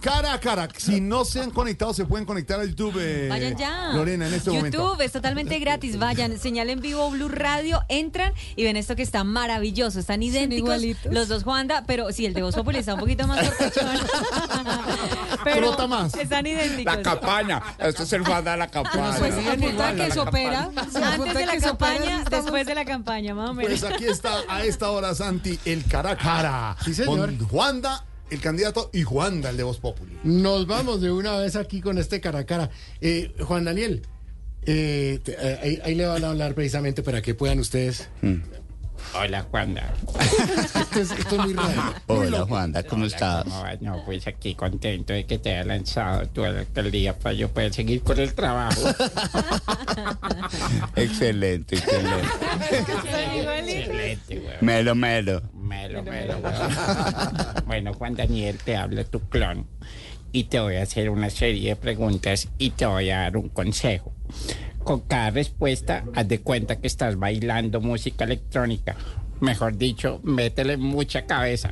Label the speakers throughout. Speaker 1: Cara a cara, si no se han conectado, se pueden conectar a YouTube. eh,
Speaker 2: Vayan ya.
Speaker 1: Lorena, en este
Speaker 2: YouTube
Speaker 1: momento.
Speaker 2: es totalmente gratis. Vayan, señal en vivo Blue Radio, entran y ven esto que está maravilloso. Están idénticos
Speaker 3: igualitos.
Speaker 2: los dos Juanda, pero sí, el de Voz Populi está un poquito más cortachón.
Speaker 1: Brota más.
Speaker 2: Están idénticos.
Speaker 4: Pues,
Speaker 5: La campaña. Este es el Juan de la campaña.
Speaker 3: Pues a punta
Speaker 5: Juan de
Speaker 3: que
Speaker 5: la
Speaker 3: sopera.
Speaker 5: campaña.
Speaker 3: sí, a
Speaker 2: Antes
Speaker 3: punta
Speaker 2: de la
Speaker 3: que sopera,
Speaker 2: campaña,
Speaker 3: estamos-
Speaker 2: después de la campaña, más o menos.
Speaker 1: Pues aquí está a esta hora, Santi, el cara a cara.
Speaker 6: Sí, señor.
Speaker 1: Con Juanda, el candidato, y Juanda, el de Voz Populi.
Speaker 6: Nos vamos de una vez aquí con este cara a cara. Eh, Juan Daniel, eh, te- eh, ahí, ahí le van a hablar precisamente para que puedan ustedes.
Speaker 5: Hola, Juanda.
Speaker 6: Esto es, esto es muy raro.
Speaker 4: Hola Juanda, ¿cómo estás?
Speaker 5: ¿Cómo vas? No, pues aquí contento de que te haya lanzado tú a la alcaldía para yo poder seguir con el trabajo.
Speaker 4: Excelente, excelente.
Speaker 5: Excelente, weón.
Speaker 4: Melo, melo.
Speaker 5: Melo, melo, weón. Bueno, Juan Daniel, te habla tu clon. Y te voy a hacer una serie de preguntas y te voy a dar un consejo. Con cada respuesta, haz de cuenta que estás bailando música electrónica. Mejor dicho, métele mucha cabeza.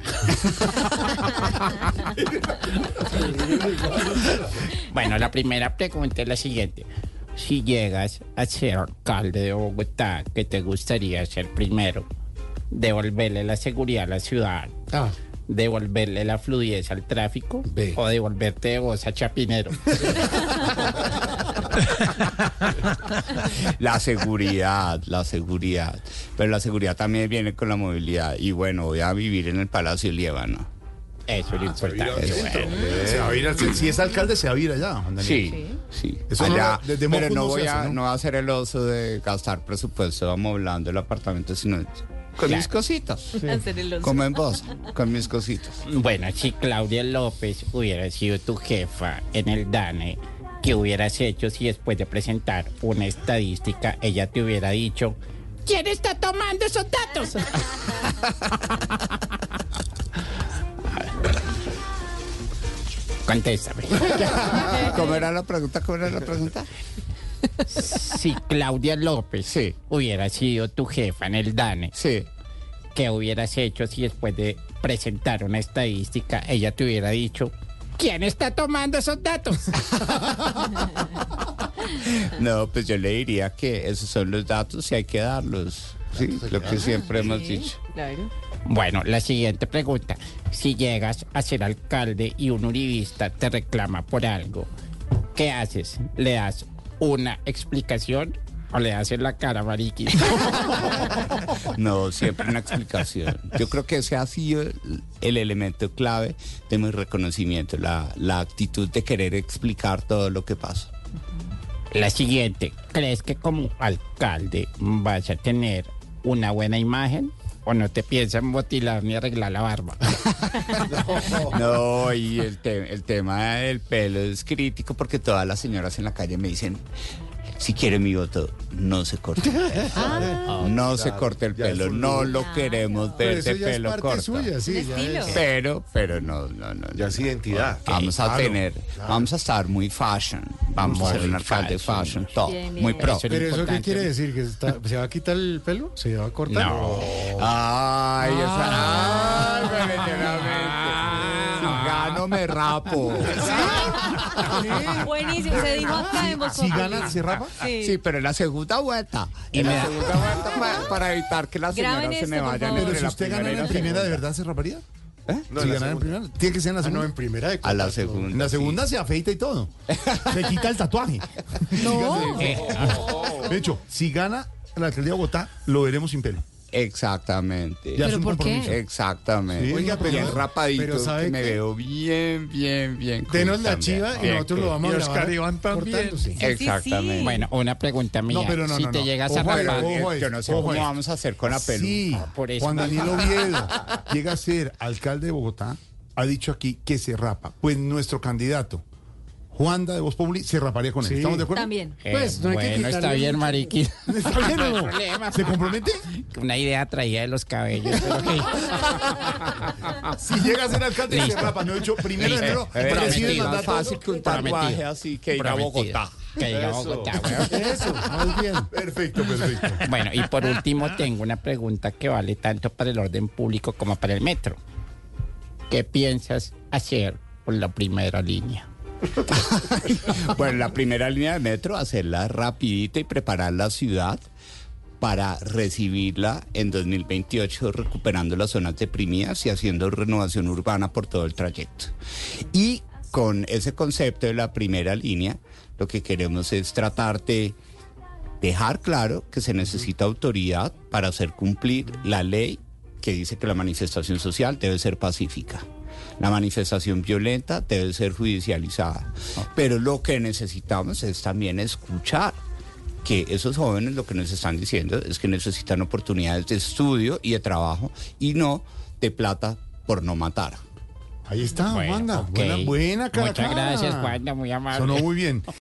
Speaker 5: Bueno, la primera pregunta es la siguiente. Si llegas a ser alcalde de Bogotá, ¿qué te gustaría ser primero? ¿Devolverle la seguridad a la ciudad?
Speaker 6: Ah,
Speaker 5: ¿Devolverle la fluidez al tráfico?
Speaker 6: Ve.
Speaker 5: ¿O devolverte de vos a Chapinero?
Speaker 4: La seguridad, la seguridad. Pero la seguridad también viene con la movilidad. Y bueno, voy a vivir en el Palacio Líbano.
Speaker 5: Eso es lo importante. bueno.
Speaker 1: Se va a ir al- si es alcalde, se va a ir allá, Juan Daniel.
Speaker 4: Eh. Sí, sí.
Speaker 1: Eso no
Speaker 4: Allá,
Speaker 1: lo- desde
Speaker 4: pero
Speaker 1: Moscú
Speaker 4: no
Speaker 1: no se
Speaker 4: voy a,
Speaker 1: hace, ¿no?
Speaker 4: no voy a hacer el oso de gastar presupuesto amoblando el apartamento, sino con
Speaker 5: Claro.
Speaker 4: mis cositas.
Speaker 2: Hacer el oso.
Speaker 4: Como en vos, con mis cositas.
Speaker 5: Bueno, si Claudia López hubiera sido tu jefa en el DANE, ¿qué hubieras hecho si después de presentar una estadística ella te hubiera dicho, ¿quién está tomando esos datos? Contéstame.
Speaker 4: ¿Cómo era la pregunta? ¿Cómo era la pregunta?
Speaker 5: Si Claudia López
Speaker 4: Sí.
Speaker 5: hubiera sido tu jefa en el DANE,
Speaker 4: Sí.
Speaker 5: ¿qué hubieras hecho si después de presentar una estadística ella te hubiera dicho, ¿quién está tomando esos datos?
Speaker 4: No, pues yo le diría que esos son los datos y hay que darlos. Sí, lo que siempre hemos dicho.
Speaker 5: Bueno, la siguiente pregunta. Si llegas a ser alcalde y un uribista te reclama por algo, ¿qué haces? ¿Le das una explicación o le das en la cara, mariqui?
Speaker 4: No, siempre una explicación. Yo creo que ese ha sido el- el elemento clave de mi reconocimiento, la, la actitud de querer explicar todo lo que pasa.
Speaker 5: la siguiente. ¿Crees que como alcalde vas a tener una buena imagen o no te piensas motilar ni arreglar la barba?
Speaker 4: No, y el, te- el tema del pelo es crítico porque todas las señoras en la calle me dicen, si quiere mi voto, no se corte el pelo.
Speaker 6: Ah.
Speaker 4: no se corte el
Speaker 1: ya es
Speaker 4: pelo,
Speaker 1: un lujo.
Speaker 4: no lo queremos
Speaker 6: pero
Speaker 4: ver
Speaker 6: eso
Speaker 4: de
Speaker 6: ya es
Speaker 4: pelo
Speaker 6: parte
Speaker 4: corto.
Speaker 6: suya, sí.
Speaker 2: Un
Speaker 6: ya
Speaker 2: estilo.
Speaker 6: es-
Speaker 4: Pero, pero no, no, no.
Speaker 1: Ya
Speaker 4: no.
Speaker 1: es identidad.
Speaker 4: Vamos a
Speaker 1: Claro,
Speaker 4: tener, vamos a estar muy fashion, vamos a ser un alcalde fashion, todo,
Speaker 2: Bien, bien.
Speaker 4: muy pro.
Speaker 5: Eso es
Speaker 6: ¿Pero eso qué
Speaker 5: importante.
Speaker 6: quiere decir? ¿Que está- se va a quitar el pelo? ¿Se va a cortar?
Speaker 5: No.
Speaker 4: Ay, esa,
Speaker 2: Ah.
Speaker 4: ay, verdaderamente. Si gano me rapo.
Speaker 2: Buenísimo, se dijo acá en Voz
Speaker 1: Si
Speaker 2: Populi.
Speaker 1: gana, se rapa.
Speaker 2: Sí.
Speaker 4: Sí, pero en la segunda vuelta.
Speaker 5: Y
Speaker 4: En
Speaker 5: me da-
Speaker 4: la segunda vuelta pa- para, evitar que las
Speaker 2: Graben
Speaker 4: señoras se
Speaker 2: esto,
Speaker 4: me
Speaker 2: por
Speaker 4: vayan.
Speaker 2: favor.
Speaker 4: entre
Speaker 1: Pero si
Speaker 4: la
Speaker 1: usted gana en
Speaker 4: primera
Speaker 1: la
Speaker 4: y
Speaker 1: primera,
Speaker 4: segunda. ¿Eh?
Speaker 1: ¿de verdad se raparía? No, si en la gana en segunda. primera, tiene que ser en la
Speaker 6: Ah,
Speaker 1: segunda.
Speaker 6: no, en primera. de
Speaker 4: A la
Speaker 6: cortar todo.
Speaker 4: segunda.
Speaker 1: En la
Speaker 4: sí.
Speaker 1: segunda se afeita y todo. Se quita el tatuaje. No.
Speaker 5: Eh,
Speaker 1: De hecho, si gana la alcaldía de Bogotá, lo veremos sin pelo.
Speaker 4: Exactamente.
Speaker 1: Ya es
Speaker 2: ¿Pero
Speaker 1: un
Speaker 2: por qué?
Speaker 1: compromiso.
Speaker 4: Eh, Exactamente.
Speaker 1: Sí, oiga, pero-
Speaker 4: bien rapadito.
Speaker 6: pero ¿sabe
Speaker 4: que me
Speaker 6: qué?
Speaker 4: veo bien, bien, bien.
Speaker 6: Denos la
Speaker 4: cool
Speaker 6: chiva y
Speaker 4: también.
Speaker 6: nosotros lo vamos
Speaker 1: Y
Speaker 6: a
Speaker 1: Oscar
Speaker 6: grabar
Speaker 1: Iván también.
Speaker 6: cortándose.
Speaker 2: Sí, sí, sí.
Speaker 4: Exactamente.
Speaker 5: Bueno, una pregunta mía.
Speaker 1: No, pero no,
Speaker 5: si
Speaker 1: no,
Speaker 5: te
Speaker 1: no.
Speaker 5: llegas a
Speaker 1: Ojo ahí,
Speaker 5: rapar, eh,
Speaker 1: ojo ahí.
Speaker 4: Yo no sé
Speaker 1: Pues, Ojo
Speaker 4: cómo
Speaker 1: ahí.
Speaker 4: vamos a hacer con la peluca.
Speaker 1: Sí,
Speaker 5: Ah, por eso.
Speaker 1: Juan Daniel Oviedo llega a ser alcalde de Bogotá, ha dicho aquí que se rapa. Pues nuestro candidato, Juanda de Voz Populi, se raparía con él.
Speaker 6: Sí.
Speaker 1: ¿Estamos de acuerdo?
Speaker 2: También.
Speaker 5: Eh,
Speaker 6: Pues, no hay que
Speaker 5: bueno,
Speaker 6: quitarle
Speaker 5: está bien,
Speaker 6: mucho.
Speaker 5: mariqui.
Speaker 1: ¿Está bien o no? ¿Se compromete?
Speaker 5: Una idea traída de los cabellos. pero ok.
Speaker 1: Si llega a ser alcalde, se
Speaker 5: Listo.
Speaker 1: rapa. No he hecho primero de
Speaker 5: Listo.
Speaker 1: enero.
Speaker 5: Eh,
Speaker 1: recibe el
Speaker 5: prometido.
Speaker 1: mandato.
Speaker 4: Fácil que un
Speaker 5: Prometido.
Speaker 4: tatuaje así que ir a
Speaker 5: Prometido.
Speaker 4: Bogotá.
Speaker 5: Que diga Bogotá, weón.
Speaker 6: Eso, más bien.
Speaker 1: Perfecto, perfecto.
Speaker 5: Bueno, y por último tengo una pregunta que vale tanto para el orden público como para el metro. ¿Qué piensas hacer por la primera línea.
Speaker 4: Bueno, la primera línea de metro, hacerla rapidita y preparar la ciudad para recibirla en 2028, recuperando las zonas deprimidas y haciendo renovación urbana por todo el trayecto. Y con ese concepto de la primera línea, lo que queremos es tratar de dejar claro que se necesita autoridad para hacer cumplir la ley que dice que la manifestación social debe ser pacífica. La manifestación violenta debe ser judicializada. Pero lo que necesitamos es también escuchar que esos jóvenes lo que nos están diciendo es que necesitan oportunidades de estudio y de trabajo y no de plata por no matar.
Speaker 1: Ahí está,
Speaker 5: Bueno,
Speaker 1: Wanda.
Speaker 5: ok.
Speaker 1: Buena, buena cara.
Speaker 5: Muchas gracias, Wanda, muy amable.
Speaker 1: Sonó muy bien.